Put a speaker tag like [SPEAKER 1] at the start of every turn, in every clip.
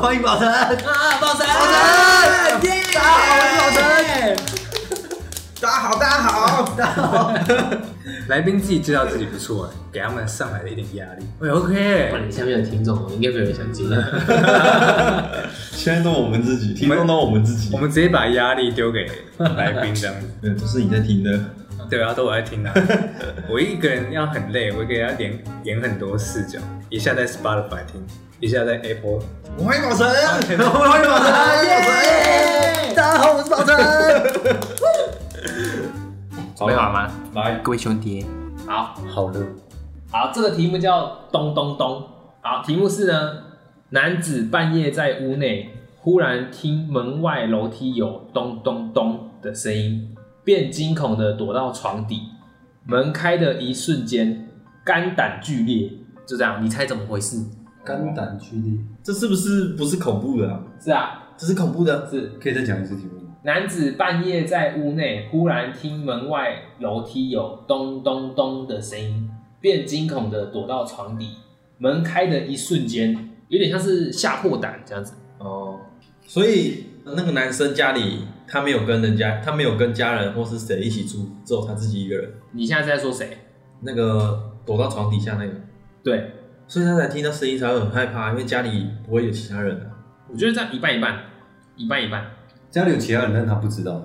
[SPEAKER 1] 欢迎宝成。
[SPEAKER 2] 啊，宝神，
[SPEAKER 1] 宝神
[SPEAKER 2] 耶！
[SPEAKER 1] 大家好我是
[SPEAKER 2] 宝神。
[SPEAKER 1] 大家好，大家好，大家好。
[SPEAKER 3] 来宾自己知道自己不错，给他们上来的一点压力。
[SPEAKER 1] 哎
[SPEAKER 3] 喂，OK，
[SPEAKER 2] 你下面的听众应该没有人想接。
[SPEAKER 4] 现在都我们自己，听众都我们自己
[SPEAKER 3] 我，们直接把压力丢 给来宾这样子。
[SPEAKER 4] 嗯，都是你在听的。
[SPEAKER 3] 对啊，都我在 听啊。我一个人要很累，我给他演演很多视角，一下在 Spotify 听，一下在 Apple，
[SPEAKER 1] 欢迎宝 成，欢迎宝成，耶！大家好，我是宝成。
[SPEAKER 4] 准
[SPEAKER 2] 备好了吗？
[SPEAKER 4] 来，
[SPEAKER 2] 各位兄弟，好
[SPEAKER 3] 好热。
[SPEAKER 2] 好，这个题目叫咚咚咚。好，题目是呢，男子半夜在屋内忽然听门外楼梯有咚咚咚的声音，便惊恐的躲到床底。门开的一瞬间，肝胆俱裂，就这样。你猜怎么回事？
[SPEAKER 4] 肝胆俱裂，这是不是不是恐怖的啊？
[SPEAKER 2] 是啊，
[SPEAKER 4] 这是恐怖的，
[SPEAKER 2] 是
[SPEAKER 4] 可以再讲一次题目吗？
[SPEAKER 2] 男子半夜在屋内忽然听门外楼梯有咚咚咚的声音，便惊恐的躲到床底。门开的一瞬间，有点像是吓破胆这样子。
[SPEAKER 4] 哦，
[SPEAKER 5] 所以那个男生家里他没有跟人家，他没有跟家人或是谁一起住，只有他自己一个人。
[SPEAKER 2] 你现在在说谁？
[SPEAKER 5] 那个躲到床底下那个，
[SPEAKER 2] 对，
[SPEAKER 5] 所以他才听到声音才会很害怕，因为家里不会有其他人啊。
[SPEAKER 2] 我觉得这样一半一半，一半一半。
[SPEAKER 4] 家里有其他人，但他不知道，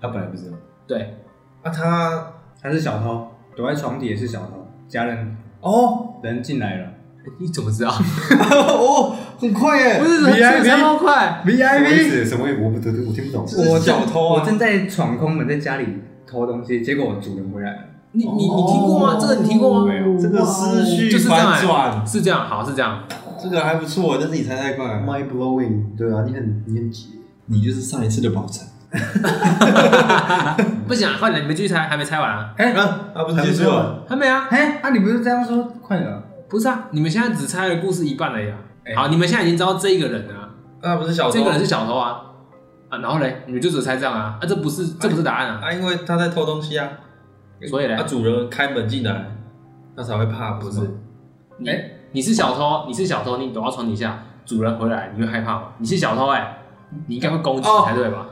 [SPEAKER 4] 他本来不知道。
[SPEAKER 2] 对，
[SPEAKER 5] 啊，他
[SPEAKER 1] 他是小偷，躲在床底也是小偷，家人
[SPEAKER 4] 哦
[SPEAKER 1] 人进来了。
[SPEAKER 2] 你怎么知道？
[SPEAKER 4] 哦，很快耶！
[SPEAKER 2] 不是，
[SPEAKER 1] 你还
[SPEAKER 2] 这
[SPEAKER 1] 没
[SPEAKER 2] 这么快？
[SPEAKER 1] VIP，
[SPEAKER 4] 什么意思？我不得，我听不懂。
[SPEAKER 1] 我
[SPEAKER 5] 小偷啊
[SPEAKER 1] 我正在闯空门，在家里偷东西，结果我主人回来了。
[SPEAKER 2] 你你你听过吗？这个你听过吗？
[SPEAKER 4] 这个思绪
[SPEAKER 2] 哦就是这样、啊
[SPEAKER 4] 反
[SPEAKER 5] 哎
[SPEAKER 4] 转，
[SPEAKER 2] 是这样，好，是这样。
[SPEAKER 4] 这个还不错，但是你猜太快了。
[SPEAKER 1] Mind blowing，对啊，你很你很急。
[SPEAKER 4] 你就是上一次的宝藏。
[SPEAKER 2] 不行、啊，快点，你们继续猜，还没猜完啊？
[SPEAKER 1] 哎
[SPEAKER 5] 啊，他不是结束了？
[SPEAKER 2] 还没啊？
[SPEAKER 1] 哎，啊，你不是这样说，快点啊。
[SPEAKER 2] 不是啊，你们现在只猜了故事一半而已啊。好，你们现在已经知道这一个人了啊，
[SPEAKER 5] 啊，不是小
[SPEAKER 2] 这
[SPEAKER 5] 偷
[SPEAKER 2] 个人是小偷啊啊，然后嘞，你们就只猜这样啊啊，这不是这不是答案啊，
[SPEAKER 5] 啊，因为他在偷东西啊，
[SPEAKER 2] 所以嘞
[SPEAKER 5] 他、，主人开门进来，他才会怕，不是
[SPEAKER 2] 不？哎你你是小偷，你是小偷，你躲到床底下，主人回来你会害怕吗？你是小偷哎，你应该会攻击
[SPEAKER 5] 哦
[SPEAKER 2] 才对吧？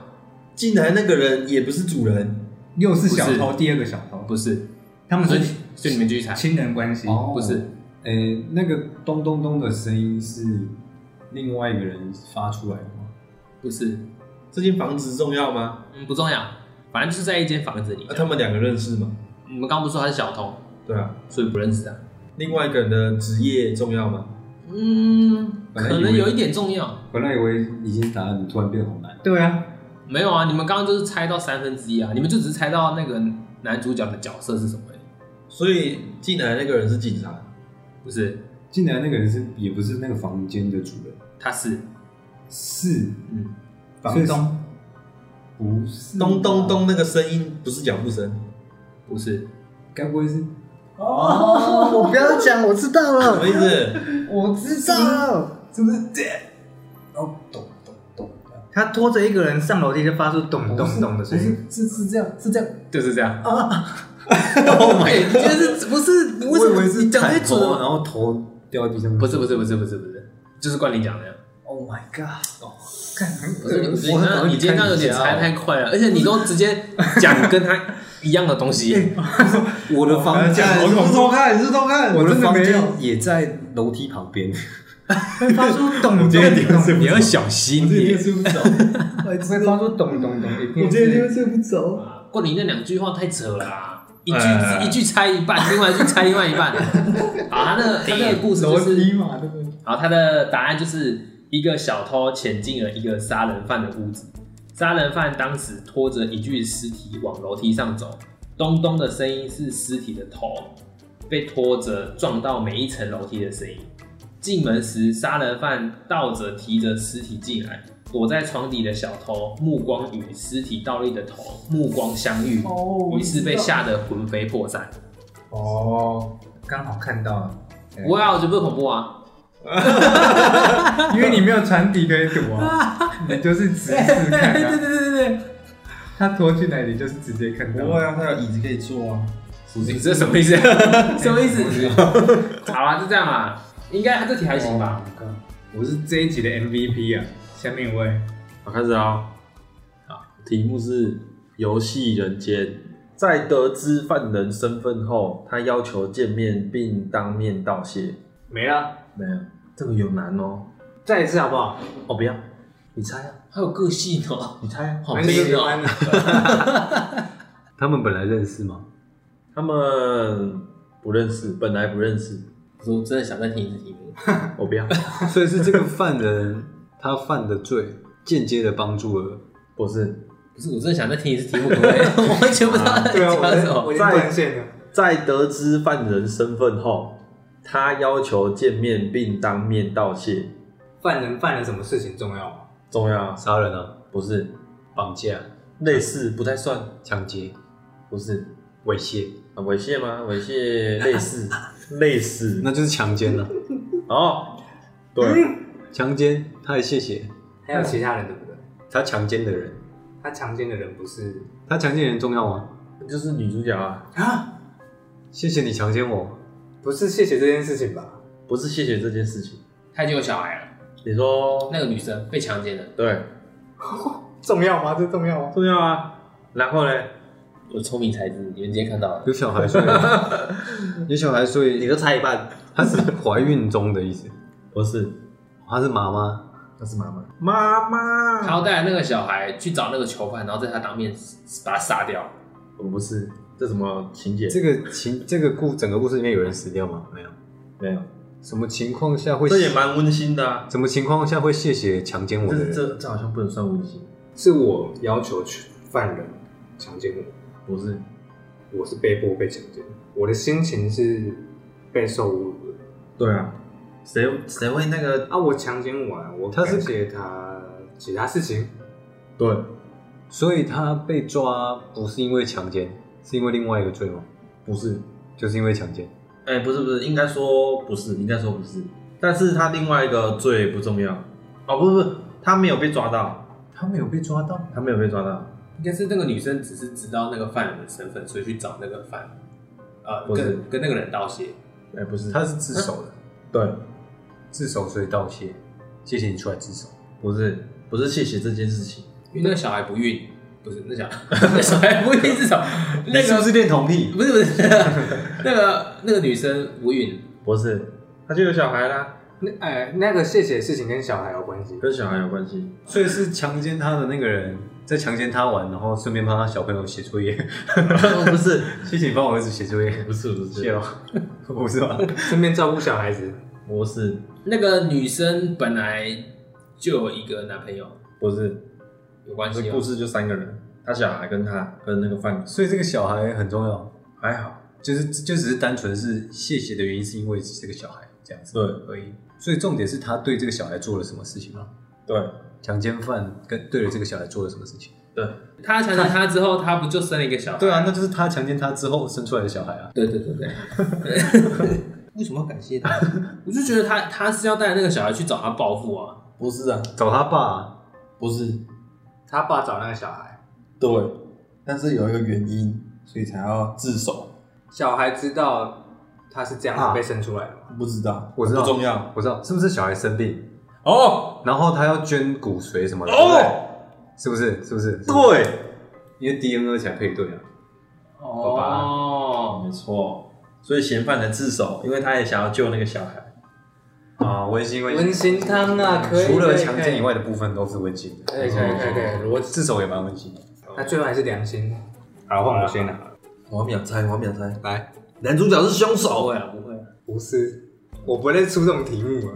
[SPEAKER 5] 进来那个人也不是主人，
[SPEAKER 1] 又是小
[SPEAKER 2] 不
[SPEAKER 1] 偷，第二个小偷，
[SPEAKER 2] 不是，
[SPEAKER 1] 他们
[SPEAKER 2] 所以
[SPEAKER 1] 是
[SPEAKER 2] 所以你们继续猜，
[SPEAKER 1] 亲人关系。
[SPEAKER 4] 哦
[SPEAKER 2] 不是，
[SPEAKER 4] 诶、那个咚咚咚的声音是另外一个人发出来的吗？
[SPEAKER 2] 不是，
[SPEAKER 5] 这间房子重要吗？
[SPEAKER 2] 嗯，不重要，反正就是在一间房子里
[SPEAKER 5] 啊，。他们两个认识吗？
[SPEAKER 2] 你们刚不是说他是小偷，
[SPEAKER 5] 对啊，
[SPEAKER 2] 所以不认识啊？
[SPEAKER 5] 另外一个人的职业重要吗？
[SPEAKER 2] 嗯，
[SPEAKER 4] 本来以
[SPEAKER 2] 可
[SPEAKER 4] 为
[SPEAKER 2] 能有一点重要。
[SPEAKER 4] 本来以为已经答案突然变得好难，
[SPEAKER 1] 对啊，
[SPEAKER 2] 没有啊，你们刚刚就是猜到三分之一啊，你们就只是猜到那个男主角的角色是什么而已、
[SPEAKER 5] 所以进来那个人是警察，
[SPEAKER 4] 嗯
[SPEAKER 2] 不是，
[SPEAKER 4] 进来那个人是也不是那个房间的主人，
[SPEAKER 2] 他是，
[SPEAKER 4] 是
[SPEAKER 2] 嗯，
[SPEAKER 1] 房
[SPEAKER 4] 所
[SPEAKER 1] 东
[SPEAKER 4] 以不是
[SPEAKER 5] 咚咚，咚那个声音不是脚步声，
[SPEAKER 2] 不是，
[SPEAKER 4] 该不会是
[SPEAKER 1] 哦，我不要再讲，我知道
[SPEAKER 5] 什么
[SPEAKER 1] 了，
[SPEAKER 5] 意 思？
[SPEAKER 1] 我知道了，
[SPEAKER 4] 是不哦是这？然后咚咚咚，
[SPEAKER 1] 他拖着一个人上楼梯，就发出咚咚咚的声音。
[SPEAKER 4] 不是是是这样是这样，
[SPEAKER 2] 就是这样。
[SPEAKER 1] 啊，
[SPEAKER 2] Oh my，你就是不是？你为什
[SPEAKER 4] 我
[SPEAKER 2] 么
[SPEAKER 4] 以为是
[SPEAKER 2] 你讲太
[SPEAKER 4] 砍
[SPEAKER 2] 准
[SPEAKER 4] 头啊
[SPEAKER 2] 了？
[SPEAKER 4] 然后头掉地上，
[SPEAKER 2] 不是，不是，不是，不是，不是，就是冠霖讲的呀。
[SPEAKER 1] Oh my god！哦，看很
[SPEAKER 2] 不是，
[SPEAKER 1] 恶
[SPEAKER 2] 你
[SPEAKER 1] 心。
[SPEAKER 2] 今天你今天这样有点猜太快了，而且你都直接讲跟他一样的东 西。
[SPEAKER 4] 哎我的房
[SPEAKER 1] 房
[SPEAKER 4] 间
[SPEAKER 1] 间
[SPEAKER 5] 你是不是偷看？你是偷看？
[SPEAKER 4] 我的
[SPEAKER 1] 真的
[SPEAKER 4] 房
[SPEAKER 1] 没有
[SPEAKER 4] 间也在楼梯旁边，
[SPEAKER 1] 会发出 咚 咚
[SPEAKER 4] 今天脸色
[SPEAKER 1] 咚，
[SPEAKER 2] 你要小心点。
[SPEAKER 4] 睡不着，
[SPEAKER 1] 会发出咚咚咚，一定
[SPEAKER 4] 我今天就是睡不着。
[SPEAKER 2] 啊冠霖那两句话太扯了啦，一句
[SPEAKER 5] 哎
[SPEAKER 2] 一句猜一半，另外一句猜另外一 半。好，他的他那个故事就是。
[SPEAKER 4] 嘛，对不
[SPEAKER 1] 啊
[SPEAKER 4] 啊对？
[SPEAKER 2] 然后他的答案就是一个小偷潜进了一个杀人犯的屋子，杀人犯当时拖着一具尸体往楼梯上走，咚咚的声音是尸体的头被拖着撞到每一层楼梯的声音。进门时，杀人犯倒着提着尸体进来，躲在床底的小偷目光与尸体倒立的头目光相遇，于是被吓得魂飞魄散。
[SPEAKER 1] 哦，刚好看到了，
[SPEAKER 2] 不会啊，我觉得不恐怖啊。
[SPEAKER 1] 因为你没有船底可以躲 啊，你就是直视看啊。
[SPEAKER 2] 对对对对。
[SPEAKER 1] 他拖去哪里就是直接看到。
[SPEAKER 5] 不会啊，他有椅子可以坐啊。
[SPEAKER 2] 你这什么意 啊
[SPEAKER 1] 哦
[SPEAKER 2] 思？什么意思？好啦，就这样啦，应该这题还行吧？
[SPEAKER 1] 我是这一集的 MVP 啊！下面一位，
[SPEAKER 5] 好，开始啊！好，题目是《游戏人间》。在得知犯人身份后，他要求见面并当面道谢。
[SPEAKER 1] 没了，
[SPEAKER 5] 没有，这个有难哦。
[SPEAKER 1] 再一次好不好？
[SPEAKER 5] 哦，不要，你猜啊，
[SPEAKER 2] 还有个性 哦，
[SPEAKER 5] 你猜啊。
[SPEAKER 2] 好
[SPEAKER 1] 蛮
[SPEAKER 2] 悲
[SPEAKER 1] 喜
[SPEAKER 2] 哦。
[SPEAKER 1] 欢的。
[SPEAKER 4] 他们本来认识吗？
[SPEAKER 5] 他们不认识，本来不认识。
[SPEAKER 2] 可是我真的想再听一次题目，
[SPEAKER 5] 我不要，
[SPEAKER 4] 所以是这个犯人他犯的罪，间接的帮助了
[SPEAKER 5] 不是。
[SPEAKER 2] 不是我真的想再听一次题目，可不可以我完全不知道在
[SPEAKER 1] 对 啊，我
[SPEAKER 2] 讲什
[SPEAKER 1] 在我
[SPEAKER 2] 么。
[SPEAKER 1] 已经断线了。
[SPEAKER 5] 在得知犯人身份后，他要求见面并当面道谢。
[SPEAKER 1] 犯人犯了什么事情重要吗？
[SPEAKER 5] 重要啊？
[SPEAKER 4] 杀人啊、
[SPEAKER 5] 不是，
[SPEAKER 4] 绑架、
[SPEAKER 5] 类似不太算，
[SPEAKER 4] 抢劫、
[SPEAKER 5] 不是。
[SPEAKER 4] 猥亵，
[SPEAKER 5] 啊猥亵吗？猥亵类似， 类似。
[SPEAKER 4] 那就是强奸了、
[SPEAKER 5] 哦，对，
[SPEAKER 4] 强奸，他也谢谢
[SPEAKER 1] 还有其他人对不对？
[SPEAKER 4] 他强奸的人，
[SPEAKER 1] 他强奸的人不是
[SPEAKER 4] 他强奸人重要吗？
[SPEAKER 5] 就是女主角啊，
[SPEAKER 1] 啊？
[SPEAKER 4] 谢谢你强奸我，
[SPEAKER 1] 不是谢谢这件事情吧？
[SPEAKER 5] 不是谢谢这件事情。
[SPEAKER 2] 他已经有小孩了，
[SPEAKER 5] 你说
[SPEAKER 2] 那个女生被强奸了，
[SPEAKER 5] 对，
[SPEAKER 1] 重要吗？这重要吗？
[SPEAKER 5] 重要啊。然后呢？
[SPEAKER 2] 我聪明才智，你们今天看到了。
[SPEAKER 4] 有小孩所以 有小孩所
[SPEAKER 6] 你
[SPEAKER 4] 以
[SPEAKER 6] 都猜一半，
[SPEAKER 4] 他是怀孕中的意思，
[SPEAKER 5] 不是，
[SPEAKER 4] 他是妈妈，
[SPEAKER 5] 那是妈妈。妈妈，
[SPEAKER 2] 他要带那个小孩去找那个囚犯，然后在他当面把他杀掉。
[SPEAKER 5] 我不是，这什么情节？
[SPEAKER 4] 这个情这个故整个故事里面有人死掉吗？没有，
[SPEAKER 5] 没有，
[SPEAKER 4] 什么情况下会
[SPEAKER 5] 这也蛮温馨的啊。
[SPEAKER 4] 什么情况下会谢谢强奸我的
[SPEAKER 5] 这
[SPEAKER 4] 人？
[SPEAKER 5] 这这好像不能算温馨，
[SPEAKER 1] 是我要求去犯人强奸我，
[SPEAKER 5] 不是，
[SPEAKER 1] 我是被迫被强奸，我的心情是被受侮辱的
[SPEAKER 5] 对啊，谁谁会那个？
[SPEAKER 1] 啊！我强奸完，我
[SPEAKER 4] 他是
[SPEAKER 1] 感谢他其他事情，
[SPEAKER 5] 对，
[SPEAKER 4] 所以他被抓不是因为强奸，是因为另外一个罪吗？
[SPEAKER 5] 不是，
[SPEAKER 4] 就是因为强奸，
[SPEAKER 5] 哎、不是不是，应该说不是，应该说不是。但是他另外一个罪不重要，哦，不是不是，他没有被抓到，
[SPEAKER 4] 他没有被抓到，
[SPEAKER 5] 他没有被抓到，
[SPEAKER 2] 应该是那个女生只是知道那个犯人的身份，所以去找那个犯，呃，
[SPEAKER 5] 不是
[SPEAKER 2] 跟跟那个人道谢。
[SPEAKER 5] 哎、不是，
[SPEAKER 4] 他是自首
[SPEAKER 1] 啊
[SPEAKER 4] 的，
[SPEAKER 5] 对，
[SPEAKER 4] 自首所以道谢，谢谢你出来自首。
[SPEAKER 5] 不是不是谢谢这件事情，
[SPEAKER 2] 因为那个小孩不孕，不是那小 孩，那小孩不孕至少那
[SPEAKER 4] 你是不
[SPEAKER 2] 个
[SPEAKER 4] 是恋童癖？
[SPEAKER 2] 不是不是 那个那个女生不孕，
[SPEAKER 5] 不是，他就有小孩啦，
[SPEAKER 1] 那哎，那个谢谢的事情跟小孩有关系，
[SPEAKER 5] 跟小孩有关系，
[SPEAKER 4] 所以是强奸他的那个人在强奸他完，然后顺便帮他小朋友写作业。
[SPEAKER 5] 哦不是
[SPEAKER 4] 谢谢你帮我儿子写作业，
[SPEAKER 5] 不是不是，
[SPEAKER 4] 谢哦， 不是吧？
[SPEAKER 1] 顺便照顾小孩子，
[SPEAKER 5] 不是
[SPEAKER 2] 那个女生本来就有一个男朋友，
[SPEAKER 5] 不是，哦
[SPEAKER 2] 有关系哦
[SPEAKER 5] 这
[SPEAKER 2] 吗
[SPEAKER 5] 故？事就三个人，他小孩跟他跟那个犯人
[SPEAKER 4] 所以这个小孩很重要，
[SPEAKER 5] 还好，
[SPEAKER 4] 就是就只是单纯是谢谢的原因，是因为这个小孩这样子
[SPEAKER 5] 对
[SPEAKER 4] 而已。所以重点是他对这个小孩做了什么事情吗？
[SPEAKER 5] 对
[SPEAKER 4] 强奸犯跟对了这个小孩做了什么事情？
[SPEAKER 5] 对，
[SPEAKER 2] 她强奸他之后，她不就生了一个小孩？
[SPEAKER 4] 对啊，那就是他强奸他之后生出来的小孩啊。
[SPEAKER 2] 对对对 对。为什么要感谢他？我就觉得他他是要带那个小孩去找他报复啊。
[SPEAKER 5] 不是啊，
[SPEAKER 4] 找他爸啊，
[SPEAKER 5] 不是，
[SPEAKER 1] 他爸找那个小孩，
[SPEAKER 5] 对，但是有一个原因，所以才要自首，
[SPEAKER 1] 小孩知道他是这样
[SPEAKER 4] 啊
[SPEAKER 1] 子被生出来的吗？
[SPEAKER 5] 不知道，
[SPEAKER 4] 我知道
[SPEAKER 5] 不重要
[SPEAKER 4] 我知道是不是小孩生病，
[SPEAKER 5] 哦
[SPEAKER 4] 然后他要捐骨髓什么的，
[SPEAKER 5] 哦，
[SPEAKER 4] 对不对是不是？是不是？，
[SPEAKER 5] 对。
[SPEAKER 4] 因为 DNA 才配对啊。
[SPEAKER 2] 哦，
[SPEAKER 5] 没错，所以嫌犯才自首，因为他也想要救那个小孩。
[SPEAKER 4] 啊，温馨温馨
[SPEAKER 1] 温馨汤啊，可以，
[SPEAKER 4] 除
[SPEAKER 1] 可
[SPEAKER 4] 了
[SPEAKER 1] 以
[SPEAKER 4] 强奸以，外的部分都是温馨的，
[SPEAKER 1] 可以可以可以可以可以，我哦
[SPEAKER 4] 自首也蛮温馨的。
[SPEAKER 1] 他最后还是良心。好，换我先了，
[SPEAKER 5] 我秒猜，我秒猜，
[SPEAKER 1] 来，
[SPEAKER 5] 男主角是凶
[SPEAKER 2] 不
[SPEAKER 5] 手。
[SPEAKER 2] 会啊，不会啊。
[SPEAKER 1] 不是，我不会出这种题目了。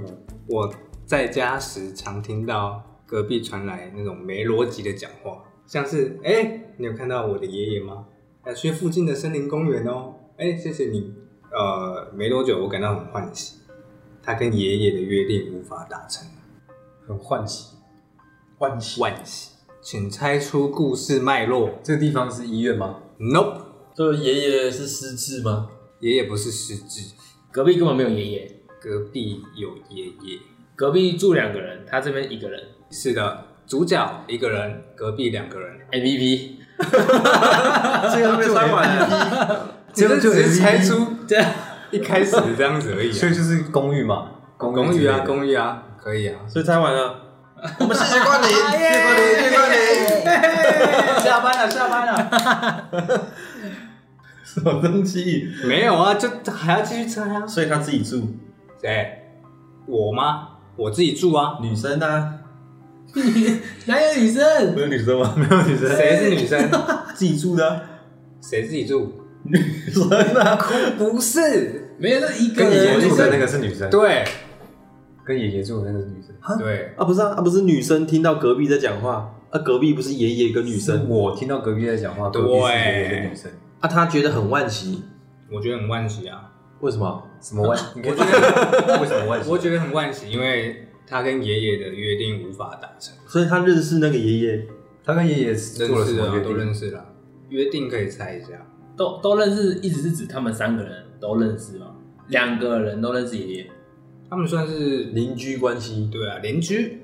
[SPEAKER 1] 我在家时常听到隔壁传来那种没逻辑的讲话，像是哎、你有看到我的爷爷吗？要去附近的森林公园哦。哎、谢谢你。呃，没多久我感到很欢喜，他跟爷爷的约定无法达成，
[SPEAKER 4] 很欢喜。
[SPEAKER 5] 万喜，
[SPEAKER 1] 惋惜。请猜出故事脉络。
[SPEAKER 4] 这个地方是医院吗？
[SPEAKER 1] Nope，
[SPEAKER 5] 这爷爷是失智吗？
[SPEAKER 1] 爷爷不是失智，
[SPEAKER 2] 隔壁根本没有爷爷，
[SPEAKER 1] 隔壁有爷爷。
[SPEAKER 2] 隔壁住两个人，他这边一个人。
[SPEAKER 1] 是的，主角一个人，隔壁两个人。
[SPEAKER 2] MVP，
[SPEAKER 5] 这个被猜完，
[SPEAKER 1] 只是
[SPEAKER 4] 就
[SPEAKER 1] 只是猜
[SPEAKER 4] MVP
[SPEAKER 1] 出
[SPEAKER 2] 对啊，
[SPEAKER 1] 一开始这样子而已、
[SPEAKER 4] 所以
[SPEAKER 1] 啊。
[SPEAKER 4] 就是公寓嘛，公
[SPEAKER 1] 公
[SPEAKER 4] 寓
[SPEAKER 1] 寓
[SPEAKER 4] 之类的
[SPEAKER 1] 啊，公寓啊，可以啊，
[SPEAKER 5] 所以猜完了，
[SPEAKER 1] 我们谢谢冠霖，谢谢冠霖，谢谢冠霖。
[SPEAKER 6] 下班了，下班了。
[SPEAKER 5] 什么东西？
[SPEAKER 1] 没有啊，就还要继续猜啊。
[SPEAKER 5] 所以他自己住，
[SPEAKER 1] 谁？我吗？我自己住啊。
[SPEAKER 5] 女生啊，
[SPEAKER 2] 哪有女生？
[SPEAKER 5] 没有女生吗？没有女生，
[SPEAKER 1] 谁是女 生？
[SPEAKER 5] 自己住的啊？
[SPEAKER 1] 谁自己住？
[SPEAKER 5] 女生啊？
[SPEAKER 1] 不是，
[SPEAKER 2] 没有，那一个
[SPEAKER 4] 跟爷爷
[SPEAKER 2] 人。
[SPEAKER 4] 住的那个是女生，
[SPEAKER 1] 对
[SPEAKER 4] 跟爷爷住的那个是女生，
[SPEAKER 1] 对，
[SPEAKER 5] 啊不是啊，啊不是女生听到隔壁在讲话，啊隔壁不是爷爷跟女
[SPEAKER 4] 是
[SPEAKER 5] 生，
[SPEAKER 4] 我听到隔壁在讲话，
[SPEAKER 1] 对
[SPEAKER 4] 隔壁是爷爷跟女生，
[SPEAKER 5] 啊他觉得很惋惜，
[SPEAKER 1] 我觉得很惋惜啊。
[SPEAKER 5] 为什么？
[SPEAKER 4] 什么 万？你可以觉得为什么万？
[SPEAKER 1] 我觉得很惋惜，因为他跟爷爷的约定无法达成。
[SPEAKER 5] 所以他认识那个爷爷，
[SPEAKER 4] 他跟爷爷
[SPEAKER 1] 认
[SPEAKER 4] 做了什
[SPEAKER 1] 识
[SPEAKER 4] 么
[SPEAKER 1] 了，
[SPEAKER 4] 约
[SPEAKER 1] 都认
[SPEAKER 4] 定？
[SPEAKER 1] 识了，约定可以猜一下。
[SPEAKER 2] 都都认识，一直是指他们三个人都认识嘛，两个人都认识爷爷，
[SPEAKER 1] 他们算是
[SPEAKER 5] 邻居关系
[SPEAKER 1] 对啊邻居，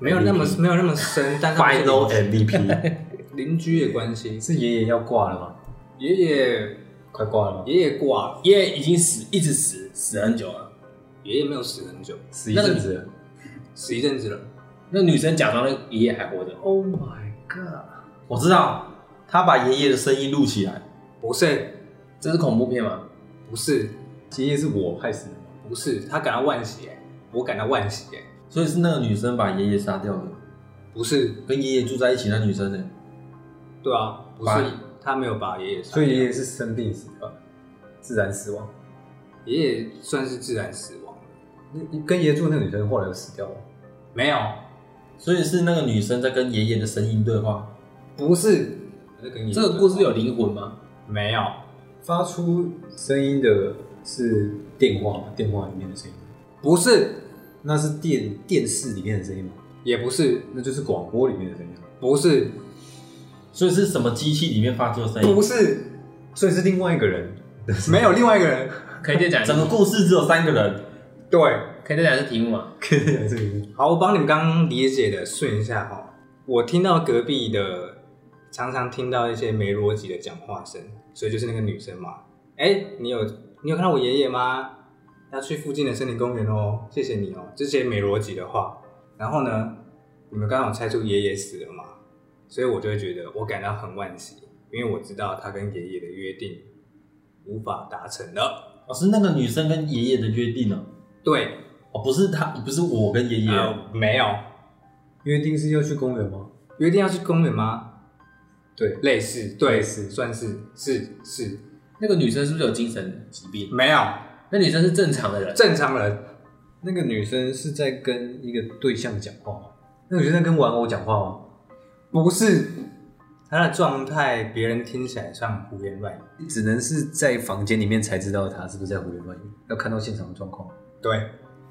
[SPEAKER 1] 没有那么没有那么 深，但是他们是
[SPEAKER 5] ，Final MVP，
[SPEAKER 1] 邻居的关系。
[SPEAKER 4] 是爷爷要挂了吗？
[SPEAKER 1] 爷爷
[SPEAKER 4] 快挂了吗？
[SPEAKER 1] 爷爷挂了，
[SPEAKER 2] 爷爷已经死，一直死，死很久了。
[SPEAKER 1] 爷爷没有死很久，
[SPEAKER 4] 死一阵子了，
[SPEAKER 1] 死一阵子了。
[SPEAKER 2] 那女生假装那爷爷还活着，
[SPEAKER 4] Oh my god！
[SPEAKER 5] 我知道，他把爷爷的声音录起来，
[SPEAKER 1] 不是
[SPEAKER 2] 这是恐怖片吗？
[SPEAKER 1] 不是
[SPEAKER 4] 爷爷是我害死的吗？
[SPEAKER 1] 不是，他感到惋惜哎，我感到惋惜哎，
[SPEAKER 5] 所以是那个女生把爷爷杀掉的，
[SPEAKER 1] 不是，
[SPEAKER 5] 跟爷爷住在一起那女生呢？
[SPEAKER 1] 对啊，不
[SPEAKER 4] 把
[SPEAKER 1] 是，他没有把爷爷杀
[SPEAKER 4] 所
[SPEAKER 1] 掉，
[SPEAKER 4] 以爷爷是生病死的吧，自然死亡。
[SPEAKER 1] 爷爷算是自然死亡，
[SPEAKER 4] 你你跟爷爷住的那个女生后来又死掉了，
[SPEAKER 1] 没有，
[SPEAKER 5] 所以是那个女生在跟爷爷的声音对话。
[SPEAKER 1] 不是，这个
[SPEAKER 2] 这个故事有灵魂吗？
[SPEAKER 1] 没有？
[SPEAKER 4] 发出声音的是电话吗？电话里面的声音吗，
[SPEAKER 1] 不是，
[SPEAKER 4] 那是电电视里面的声音吗？
[SPEAKER 1] 也不是，
[SPEAKER 4] 那就是广播里面的声音吗，
[SPEAKER 1] 不是，
[SPEAKER 5] 所以是什么机器里面发出的声
[SPEAKER 1] 不
[SPEAKER 5] 音？
[SPEAKER 1] 是，
[SPEAKER 4] 所以是另外一个人。
[SPEAKER 1] 没有另外一个人，
[SPEAKER 2] 可以再讲一
[SPEAKER 5] 整个
[SPEAKER 2] 次，
[SPEAKER 5] 故事只有三个人，
[SPEAKER 1] 对，
[SPEAKER 2] 可以再讲一次题目吗？
[SPEAKER 4] 可以来这里，
[SPEAKER 1] 好，我帮你们刚刚理解的顺一下哈、我听到隔壁的，常常听到一些没逻辑的讲话声，所以就是那个女生嘛。哎、你有你有看到我爷爷吗？要去附近的森林公园哦，谢谢你哦。这些没逻辑的话，然后呢，你们刚好猜出爷爷死了嘛，所以我就会觉得我感到很惋惜，因为我知道他跟爷爷的约定无法达成了。
[SPEAKER 5] 哦，是那个女生跟爷爷的约定哦，
[SPEAKER 1] 对，
[SPEAKER 5] 哦，不是他，不是我跟爷爷，哦
[SPEAKER 1] 呃，没有
[SPEAKER 4] 约定是要去公园吗？
[SPEAKER 1] 约定要去公园吗？
[SPEAKER 4] 对，
[SPEAKER 1] 类似，对，
[SPEAKER 4] 类似
[SPEAKER 1] 算是是是，
[SPEAKER 2] 那个女生是不是有精神疾病？
[SPEAKER 1] 没有
[SPEAKER 2] 那女生是正常的人，
[SPEAKER 1] 正常人，
[SPEAKER 4] 那个女生是在跟一个对象讲话吗？那个女生在跟玩偶讲话吗？
[SPEAKER 1] 不是他的状态，别人听起来像胡言乱语。
[SPEAKER 4] 只能是在房间里面才知道她是不是在胡言乱语，要看到现场的状况。
[SPEAKER 1] 对，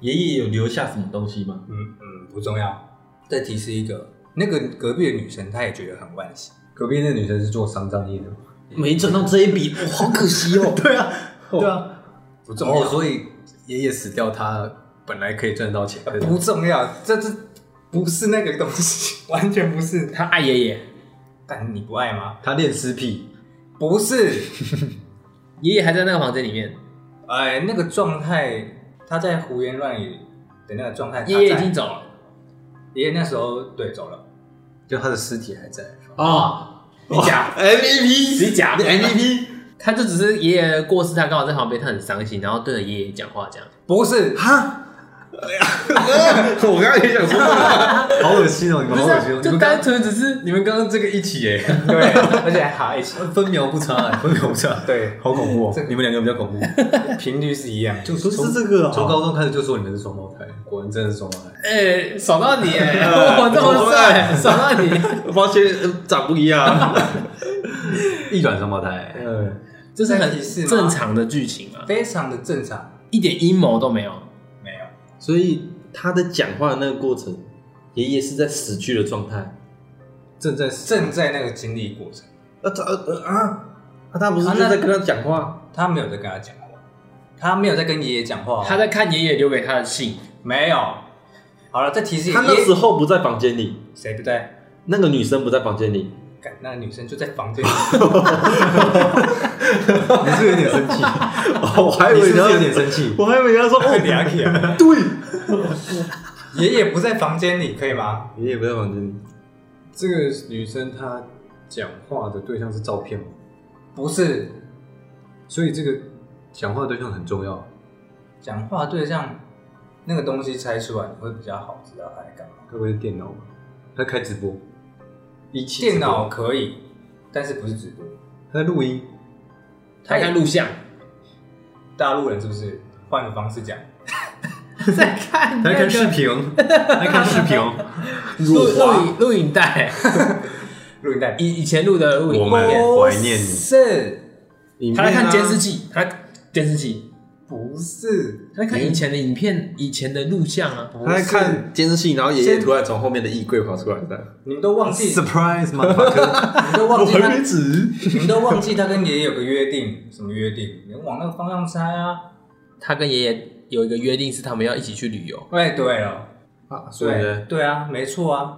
[SPEAKER 5] 爷爷有留下什么东西吗？
[SPEAKER 1] 嗯嗯，不重要。再提示一个，那个隔壁的女生，她也觉得很惋惜。
[SPEAKER 4] 隔壁那个女生是做丧葬业的吗，
[SPEAKER 5] 没赚到这一笔，哇，好可 惜哦。对啊，
[SPEAKER 4] 对啊，
[SPEAKER 1] 不重要，
[SPEAKER 4] 哦，所以爷爷死掉，她本来可以赚 到钱，
[SPEAKER 1] 不重要，这这不是那个东西， 完全不是。
[SPEAKER 2] 她爱爷爷，
[SPEAKER 1] 但你不爱吗？
[SPEAKER 4] 她恋尸癖，
[SPEAKER 1] 不是，
[SPEAKER 2] 爷爷还在那个房间里面，
[SPEAKER 1] 哎，那个状态，她在胡言乱语的那个状态，她
[SPEAKER 2] 爷爷已
[SPEAKER 1] 在
[SPEAKER 2] 经走了。
[SPEAKER 1] 爷爷那时候对走了。
[SPEAKER 4] 就她的尸体还在。
[SPEAKER 2] 哦，你假
[SPEAKER 5] MVP，
[SPEAKER 2] 你假
[SPEAKER 5] 哎 MVP，
[SPEAKER 2] 他就只是爷爷过世，他刚好在旁边，他很伤心，然后对着爷爷讲话这样。
[SPEAKER 1] 不是，
[SPEAKER 5] 我刚刚也想说，
[SPEAKER 4] 好恶心哦！你
[SPEAKER 2] 不
[SPEAKER 4] 们好
[SPEAKER 2] 是
[SPEAKER 4] 恶
[SPEAKER 2] 啊
[SPEAKER 4] 心哦！，你
[SPEAKER 2] 就
[SPEAKER 4] 们刚
[SPEAKER 2] 单
[SPEAKER 4] 刚
[SPEAKER 2] 纯只是
[SPEAKER 4] 你们刚刚这个一起哎，
[SPEAKER 1] 对，而且还好一哎起。
[SPEAKER 4] 分秒不差哎，分秒不差，
[SPEAKER 1] 对，
[SPEAKER 4] 好恐怖哦
[SPEAKER 1] 这！个
[SPEAKER 4] 你们两个比较恐怖，
[SPEAKER 1] 频率是一样。
[SPEAKER 4] 就说
[SPEAKER 5] 是这个哦
[SPEAKER 4] 从高中开始就说你们是双胞胎，啊果然真的是双胞胎。
[SPEAKER 2] 哎，爽到你 哎，我这么帅，爽到你。
[SPEAKER 5] 发现呃长不一样。
[SPEAKER 4] 一转双胞胎，
[SPEAKER 5] 嗯，
[SPEAKER 2] 这是
[SPEAKER 1] 在提示
[SPEAKER 2] 很
[SPEAKER 1] 吗
[SPEAKER 2] 正常的剧情啊，
[SPEAKER 1] 非常的正常，
[SPEAKER 2] 一点阴谋都没有。
[SPEAKER 1] 没有，
[SPEAKER 5] 所以他在讲话的那个过程，爷爷是在死去的状态。
[SPEAKER 4] 正在
[SPEAKER 1] 正在那个经历过程，
[SPEAKER 5] 啊，他呃啊，啊他不是
[SPEAKER 1] 啊
[SPEAKER 5] 就
[SPEAKER 1] 那
[SPEAKER 5] 在跟他讲话？
[SPEAKER 1] 他没有在跟他讲话，他没有在跟爷爷讲话哦，
[SPEAKER 2] 他在看爷爷留给他的信，
[SPEAKER 1] 没有。好了，再提示
[SPEAKER 5] 他那时
[SPEAKER 1] 爷
[SPEAKER 5] 候不在房间里，
[SPEAKER 1] 谁不在？
[SPEAKER 5] 那个女生不在房间里。
[SPEAKER 1] 干那个女生就在房间里，
[SPEAKER 4] 你是不是有点生 气，
[SPEAKER 5] 哦，我还
[SPEAKER 4] 你是不
[SPEAKER 5] 他
[SPEAKER 4] 是有点生气？
[SPEAKER 5] 我还以为他说哦，
[SPEAKER 1] 你阿 K 啊，
[SPEAKER 5] 对，
[SPEAKER 1] 爷爷不在房间里，可以吗？
[SPEAKER 5] 爷爷不在房间里，
[SPEAKER 4] 这个女生她讲话的对象是照片吗？
[SPEAKER 1] 不是，
[SPEAKER 4] 所以这个讲话的对象很重要。
[SPEAKER 1] 讲话对象那个东西拆出来会比较好知道他在干嘛。
[SPEAKER 4] 该不会是电脑吧？他开直播，一期
[SPEAKER 1] 电脑可以，但是不是直播？
[SPEAKER 4] 他在录音，
[SPEAKER 2] 他看录像，
[SPEAKER 1] 大陆人是不是？换个方式讲，
[SPEAKER 4] 他在看 视频，他在看视频。哦
[SPEAKER 2] 录录影录影带，
[SPEAKER 1] 录影带。
[SPEAKER 2] 以以前录的录影
[SPEAKER 4] 我们
[SPEAKER 2] 带，
[SPEAKER 4] 怀念你
[SPEAKER 1] 哦是
[SPEAKER 5] 影
[SPEAKER 2] 他
[SPEAKER 5] 片啊
[SPEAKER 2] 在看监视器，他监视器，
[SPEAKER 1] 不是？
[SPEAKER 2] 他在看以前的影片，以前的录像啊，
[SPEAKER 5] 他在看监视器，然后爷爷突然从后面的衣柜跑出来的，
[SPEAKER 1] 你们都忘记，
[SPEAKER 4] Surprise，妈的！
[SPEAKER 1] 你们都忘记他，
[SPEAKER 5] 止。
[SPEAKER 1] 你们都忘记他跟爷爷有个约定，什么约定？你们往那个方向猜啊。
[SPEAKER 2] 他跟爷爷有一个约定，是他们要一起去旅游。
[SPEAKER 1] 哎，对了，
[SPEAKER 5] 啊，所以
[SPEAKER 1] 对
[SPEAKER 5] 呢，
[SPEAKER 1] 对啊，没错啊。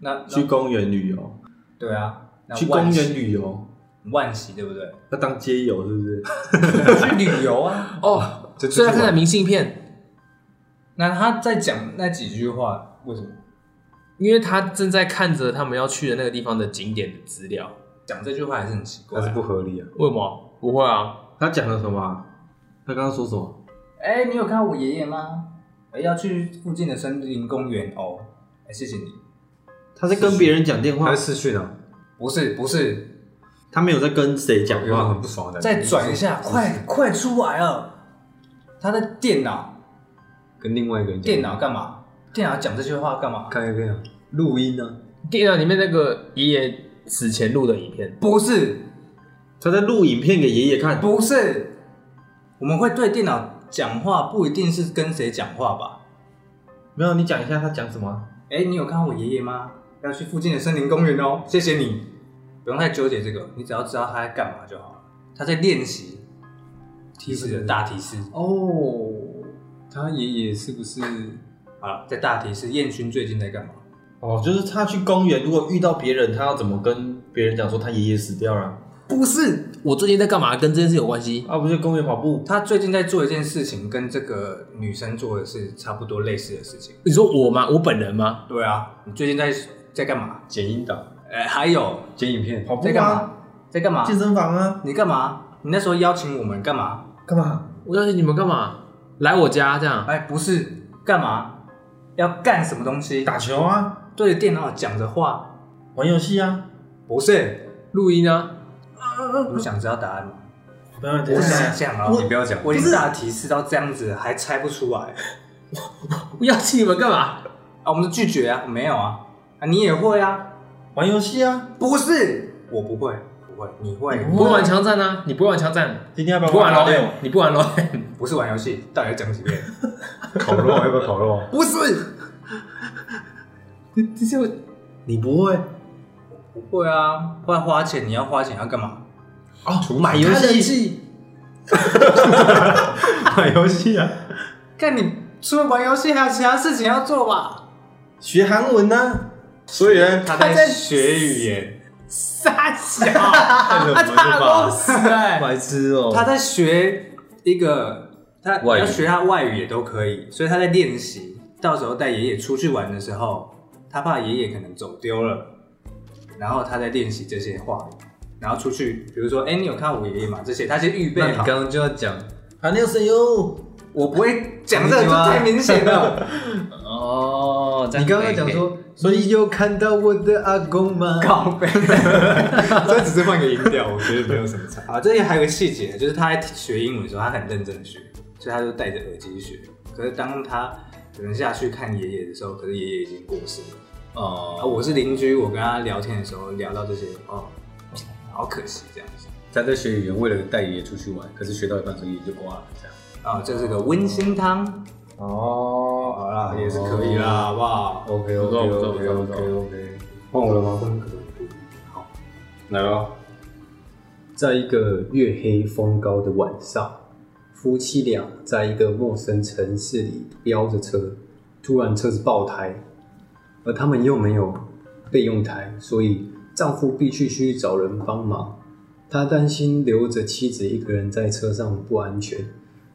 [SPEAKER 1] 那
[SPEAKER 5] 去
[SPEAKER 1] 那
[SPEAKER 5] 公园旅游，
[SPEAKER 1] 对啊，那
[SPEAKER 5] 去
[SPEAKER 1] 万
[SPEAKER 5] 公
[SPEAKER 1] 喜
[SPEAKER 5] 园旅游，
[SPEAKER 1] 万喜对不对？
[SPEAKER 5] 要当街友是不是？
[SPEAKER 1] 去旅游啊。
[SPEAKER 2] 哦，
[SPEAKER 4] 这
[SPEAKER 2] 所以他看了明信片，
[SPEAKER 1] 那他在讲那几句话，为什么
[SPEAKER 2] 因为他正在看着他们要去的那个地方的景点的资料。
[SPEAKER 1] 讲这句话还是很奇怪、
[SPEAKER 4] 他是
[SPEAKER 1] 啊？
[SPEAKER 4] 不合理啊！
[SPEAKER 2] 为什么？不会啊，
[SPEAKER 5] 他讲了什么啊？他刚刚说什么？
[SPEAKER 1] 哎、你有看到我爷爷吗？哎、要去附近的森林公园哦。哎、谢谢你。
[SPEAKER 5] 他在跟别人讲电
[SPEAKER 4] 他
[SPEAKER 5] 话
[SPEAKER 4] 在，视讯啊，
[SPEAKER 1] 不是不是，
[SPEAKER 5] 他没有在跟谁讲
[SPEAKER 4] 有一种
[SPEAKER 5] 话
[SPEAKER 4] 很。不爽的感
[SPEAKER 1] 再
[SPEAKER 4] 觉。
[SPEAKER 1] 转一下，快快出来了！他在电脑
[SPEAKER 4] 跟另外一个人讲
[SPEAKER 1] 电脑干嘛？电脑讲这些话干嘛？
[SPEAKER 4] 看一遍啊，录音呢？
[SPEAKER 2] 电脑里面那个爷爷死前录的影片，
[SPEAKER 1] 不是
[SPEAKER 5] 他在录影片给爷爷看，
[SPEAKER 1] 不是，我们会对电脑讲话，不一定是跟谁讲话吧？
[SPEAKER 5] 没有你讲一下他讲什么啊？
[SPEAKER 1] 哎、你有看到我爷爷吗？要去附近的森林公园哦，谢谢你。不用太纠结这个，你只要知道他在干嘛就好了。他在练习提示的大提示
[SPEAKER 4] 哦，他爷爷是不是
[SPEAKER 1] 啊，在大提示。燕勋最近在干嘛？
[SPEAKER 5] 哦，就是他去公园，如果遇到别人，他要怎么跟别人讲说他爷爷死掉了？
[SPEAKER 2] 不是我最近在干嘛，跟这件事有关系。
[SPEAKER 5] 啊，不是公园跑步，
[SPEAKER 1] 他最近在做一件事情，跟这个女生做的是差不多类似的事情。
[SPEAKER 2] 你说我吗？我本人吗？
[SPEAKER 1] 对啊，你最近在在干嘛？
[SPEAKER 5] 剪音档，
[SPEAKER 1] 哎、还有
[SPEAKER 4] 剪影片？
[SPEAKER 5] 跑步
[SPEAKER 1] 在干嘛
[SPEAKER 5] 啊，？
[SPEAKER 1] 在干嘛？
[SPEAKER 5] 健身房啊，
[SPEAKER 1] 你干嘛？你那时候邀请我们干嘛？
[SPEAKER 5] 干嘛？
[SPEAKER 2] 我邀请你们干嘛？来我家这样？
[SPEAKER 1] 哎，不是干嘛？要干什么东西？
[SPEAKER 5] 打球啊，
[SPEAKER 1] 对着电脑讲着话，
[SPEAKER 5] 玩游戏啊，
[SPEAKER 1] 不是？
[SPEAKER 2] 录音啊？
[SPEAKER 1] 你想知道答案吗？
[SPEAKER 5] 不要
[SPEAKER 1] 我想想啊，
[SPEAKER 4] 你不要讲，
[SPEAKER 1] 我已经大提示到这样子，还猜不出来
[SPEAKER 2] 我邀请你们干嘛？
[SPEAKER 1] 啊？我们是拒绝啊，没有啊？啊，你也会啊？
[SPEAKER 5] 玩游戏啊，
[SPEAKER 1] 不是，我不会，不会，你会？
[SPEAKER 2] 不会玩枪战啊？你不会玩枪战？
[SPEAKER 5] 今天要不啊
[SPEAKER 2] 你不
[SPEAKER 5] 要
[SPEAKER 2] 玩
[SPEAKER 5] 老
[SPEAKER 2] l o 你不玩 l o
[SPEAKER 1] 不是玩游戏，到底要讲几遍？
[SPEAKER 4] 烤肉啊要不要烤肉？
[SPEAKER 1] 不是，
[SPEAKER 2] 这些我
[SPEAKER 5] 你不会
[SPEAKER 1] 不会啊，不然花钱，你要花钱要干嘛？
[SPEAKER 5] 哦，买游戏，
[SPEAKER 4] 打游戏啊？
[SPEAKER 1] 看你除了玩游戏，还有其他事情要做吧？
[SPEAKER 5] 学韩文啊。所以呢，
[SPEAKER 1] 他在学语言，
[SPEAKER 2] 傻小， 啊
[SPEAKER 4] 太冷门了
[SPEAKER 2] 他
[SPEAKER 4] 吧！
[SPEAKER 2] 死哎！
[SPEAKER 4] 白痴哦！
[SPEAKER 1] 他在学一个，他
[SPEAKER 5] 外语
[SPEAKER 1] 要学他外语也都可以，所以他在练习。到时候带爷爷出去玩的时候，他怕爷爷可能走丢了，然后他在练习这些话，然后出去，比如说，哎、你有看到我爷爷吗？这些他先预备
[SPEAKER 4] 那你
[SPEAKER 1] 好
[SPEAKER 4] 刚。刚就要讲，
[SPEAKER 5] 韩六声优，
[SPEAKER 1] 我不会讲这个，就太明显了。
[SPEAKER 2] 哦，这
[SPEAKER 4] 你
[SPEAKER 2] 样
[SPEAKER 4] 刚刚
[SPEAKER 2] 可以
[SPEAKER 4] 讲，
[SPEAKER 2] 可以
[SPEAKER 4] 说，所以有看到我的阿公吗？
[SPEAKER 1] 靠背。
[SPEAKER 4] 这只是换个音调，我觉得没有什么差。
[SPEAKER 1] 啊，这里还有个细节，就是他在学英文的时候，他很认真地学，所以他就戴着耳机学。可是当他可能下去看爷爷的时候，可是爷爷已经过世了。啊，
[SPEAKER 4] 哦，
[SPEAKER 1] 我是邻居，我跟他聊天的时候聊到这些，哦，好可惜这样子。
[SPEAKER 4] 他在学语言，为了带爷爷出去玩，可是学到一半，所以爷爷就挂了，这样。
[SPEAKER 1] 啊，这是个温馨汤，
[SPEAKER 4] 哦，好啦
[SPEAKER 1] 也是可以啦，。好不好？哦
[SPEAKER 4] OK
[SPEAKER 2] 不
[SPEAKER 4] OK
[SPEAKER 2] 错
[SPEAKER 4] OK
[SPEAKER 2] 不错不
[SPEAKER 4] OK
[SPEAKER 2] 错
[SPEAKER 4] OK，换我了吗？换好，来吧。在一个月黑风高的晚上，夫妻俩在一个陌生城市里飙着车，突然车子爆胎，而他们又没有备用胎，所以丈夫必须去找人帮忙。他担心留着妻子一个人在车上不安全，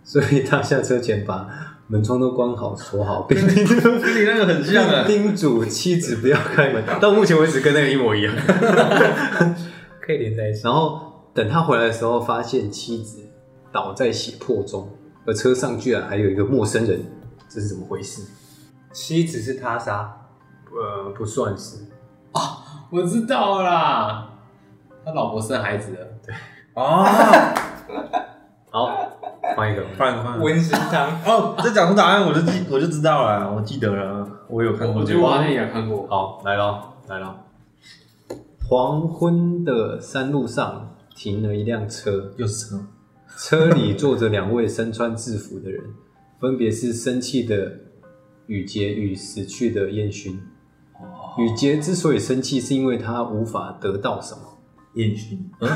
[SPEAKER 4] 所以他下车前把门窗都关好锁好，并并
[SPEAKER 5] 跟你那个很像 啊。
[SPEAKER 4] 叮嘱妻子不要 开门。到目前为止跟那个一模一样。
[SPEAKER 1] 可以连在一起。
[SPEAKER 4] 然后等他回来的时候，发现妻子倒在血泊中，而车上居然还有一个陌生人，这是怎么回事？
[SPEAKER 1] 妻子是他杀，
[SPEAKER 4] 呃，不算是，
[SPEAKER 2] 我知道了啦，他老婆生孩子了。
[SPEAKER 5] 哦，
[SPEAKER 4] 好，换一个。
[SPEAKER 5] 换换
[SPEAKER 1] 温馨 汤。
[SPEAKER 5] 哦，这讲出答案我就记我就知道了，我记得了，我有看过
[SPEAKER 2] 哦我
[SPEAKER 5] 这
[SPEAKER 2] 觉得我好
[SPEAKER 5] 个。
[SPEAKER 2] 像也看过。
[SPEAKER 4] 好，来了，来了。黄昏的山路上停了一辆车，
[SPEAKER 5] 又是车，
[SPEAKER 4] 车里坐着两位身穿制服的人，分别是生气的雨杰与死去的烟熏。雨杰之所以生气，是因为他无法得到什么。
[SPEAKER 5] 烟熏，
[SPEAKER 4] 因为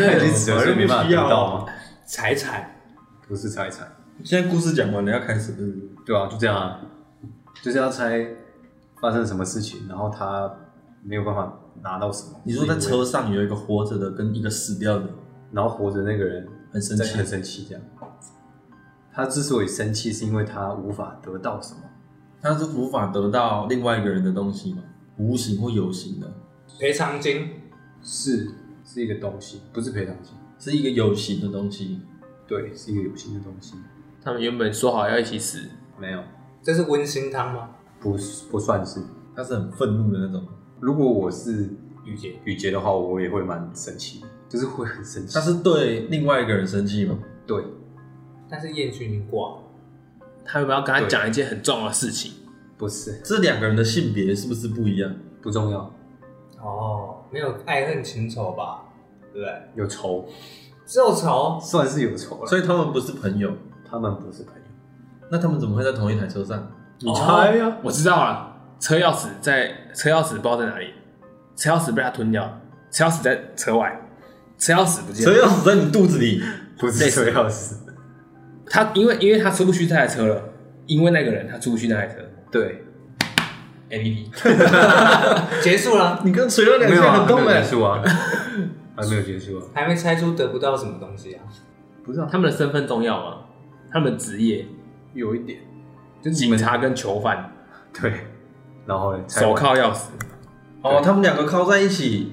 [SPEAKER 4] 他已经死了，
[SPEAKER 5] 反
[SPEAKER 4] 所以
[SPEAKER 5] 正
[SPEAKER 4] 没办
[SPEAKER 5] 不需
[SPEAKER 4] 法得
[SPEAKER 5] 要啊
[SPEAKER 4] 到嘛。
[SPEAKER 1] 彩彩，
[SPEAKER 4] 不是猜猜，
[SPEAKER 5] 现在故事讲完了，要开始了是嗯不是
[SPEAKER 4] 对啊，就这样啊，就是要猜发生什么事情，然后他没有办法拿到什么。
[SPEAKER 5] 你说在
[SPEAKER 4] 是因
[SPEAKER 5] 车
[SPEAKER 4] 为
[SPEAKER 5] 上有一个活着的跟一个死掉的，
[SPEAKER 4] 然后活着那个人
[SPEAKER 5] 很生
[SPEAKER 4] 在
[SPEAKER 5] 气
[SPEAKER 4] 很。生气这样。他之所以生气，是因为他无法得到什么，
[SPEAKER 5] 他是无法得到另外一个人的东西嘛，无形或有形的，
[SPEAKER 1] 赔偿金，
[SPEAKER 4] 是是一个东西，不是赔偿金，
[SPEAKER 5] 是一个有形的东西。
[SPEAKER 4] 对，是一个有形的东西，
[SPEAKER 2] 他们原本说好要一起死，
[SPEAKER 4] 没有，
[SPEAKER 1] 这是温馨汤吗？
[SPEAKER 4] 不是不算是。
[SPEAKER 5] 他是很愤怒的那种，
[SPEAKER 4] 如果我是
[SPEAKER 1] 雨杰，
[SPEAKER 4] 雨杰的话，我也会蛮生气的，就是会很生气。
[SPEAKER 5] 他是对另外一个人生气嘛？
[SPEAKER 4] 对，
[SPEAKER 1] 但是燕君已经挂了，
[SPEAKER 2] 他有没有跟他讲一件很重要的事情？
[SPEAKER 4] 不是
[SPEAKER 5] 这两个人的性别是不是不一样？
[SPEAKER 4] 不重要，
[SPEAKER 1] 哦，没有爱恨情仇吧？对不对？
[SPEAKER 4] 有仇
[SPEAKER 1] 只有仇，
[SPEAKER 4] 算是有仇了，
[SPEAKER 5] 所以他们不是朋友，
[SPEAKER 4] 他们不是朋友。
[SPEAKER 5] 那他们怎么会在同一台 车上？
[SPEAKER 4] 哦你猜呀、
[SPEAKER 2] 我知道了，车钥匙在车钥匙不知道在哪里，车钥匙被他吞掉了，车钥匙在车外，车钥匙不见
[SPEAKER 5] 车
[SPEAKER 2] 了。
[SPEAKER 5] 钥匙在你肚子里，
[SPEAKER 4] 不是车钥匙，
[SPEAKER 2] 他因为因为他出不去这台车了，因为那个人他出不去那台车。E
[SPEAKER 4] 对，
[SPEAKER 2] A P P
[SPEAKER 1] 结束了，
[SPEAKER 5] 你跟水了两
[SPEAKER 4] 没有
[SPEAKER 5] 下
[SPEAKER 4] 啊，
[SPEAKER 5] 很
[SPEAKER 4] 还
[SPEAKER 5] 痛
[SPEAKER 4] 没有结
[SPEAKER 5] 哎。
[SPEAKER 4] 束 啊，还没有结束啊，
[SPEAKER 1] 还没猜出得不到什么东西啊？
[SPEAKER 4] 不是啊，
[SPEAKER 2] 他们的身份重要吗？他们的职业，
[SPEAKER 4] 有一点，
[SPEAKER 2] 就是警察跟囚犯，
[SPEAKER 4] 对，然后呢，
[SPEAKER 2] 手
[SPEAKER 4] 靠，
[SPEAKER 2] 铐钥匙。
[SPEAKER 5] 哦，他们两个靠在一起。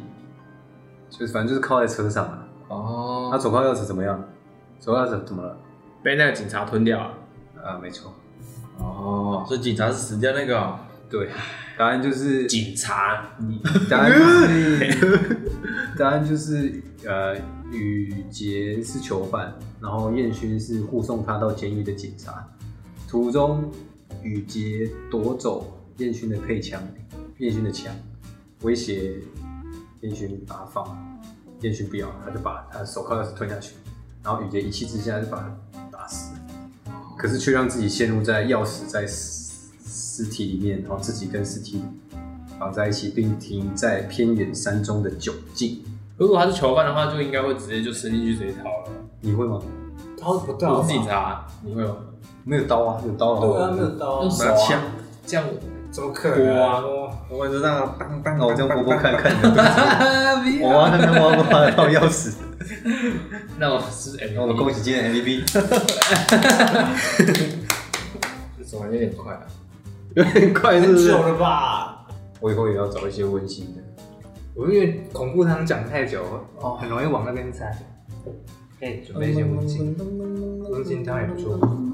[SPEAKER 4] 就是反正就是靠在车上啊。
[SPEAKER 5] 哦
[SPEAKER 4] 那，手铐钥匙怎么样？手铐钥匙怎么了？
[SPEAKER 2] 被那个警察吞掉了。
[SPEAKER 4] 啊，没错，
[SPEAKER 5] 哦，所以警察是死掉那个哦。
[SPEAKER 4] 对，答案就是，
[SPEAKER 2] 警察，
[SPEAKER 4] 答案就是，答案就是，呃，雨杰是囚犯，然后燕勋是护送他到监狱的警察。途中，雨杰夺走燕勋的配枪，燕勋的枪，威胁燕勋把他放，燕勋不要，他就把他的手铐钥匙吞下去，然后雨杰一气之下就把他打死，可是却让自己陷入在钥匙在尸尸体里面，然后自己跟尸体绑在一起，并停在偏远山中的酒窖。
[SPEAKER 2] 如果他是囚犯的话，就应该会直接就伸进去直接逃了。
[SPEAKER 4] 你会吗？
[SPEAKER 1] 掏不到
[SPEAKER 2] 我
[SPEAKER 4] 啊
[SPEAKER 1] 吧
[SPEAKER 2] 是警察，你会吗？
[SPEAKER 4] 没有刀啊，有刀啊。
[SPEAKER 1] 对啊，没有刀啊，
[SPEAKER 5] 拿枪，
[SPEAKER 2] 这样
[SPEAKER 1] 怎么可
[SPEAKER 2] 拨
[SPEAKER 1] 能？
[SPEAKER 2] 啊，
[SPEAKER 5] 我就让他当当
[SPEAKER 4] 那我这样拨拨看看，啊
[SPEAKER 2] 我
[SPEAKER 4] 我挖看看 挖不挖得到钥匙。
[SPEAKER 2] 那我是哎，
[SPEAKER 4] 那我们恭喜今天的 MVP，
[SPEAKER 2] 走有点快啊。
[SPEAKER 4] 有点快
[SPEAKER 1] 很久了吧？
[SPEAKER 4] 我以后也要找一些温馨的。
[SPEAKER 1] 我因为恐怖汤讲太久，哦，嗯很容易往那边猜。哎，准备一些温馨，温馨汤也不错。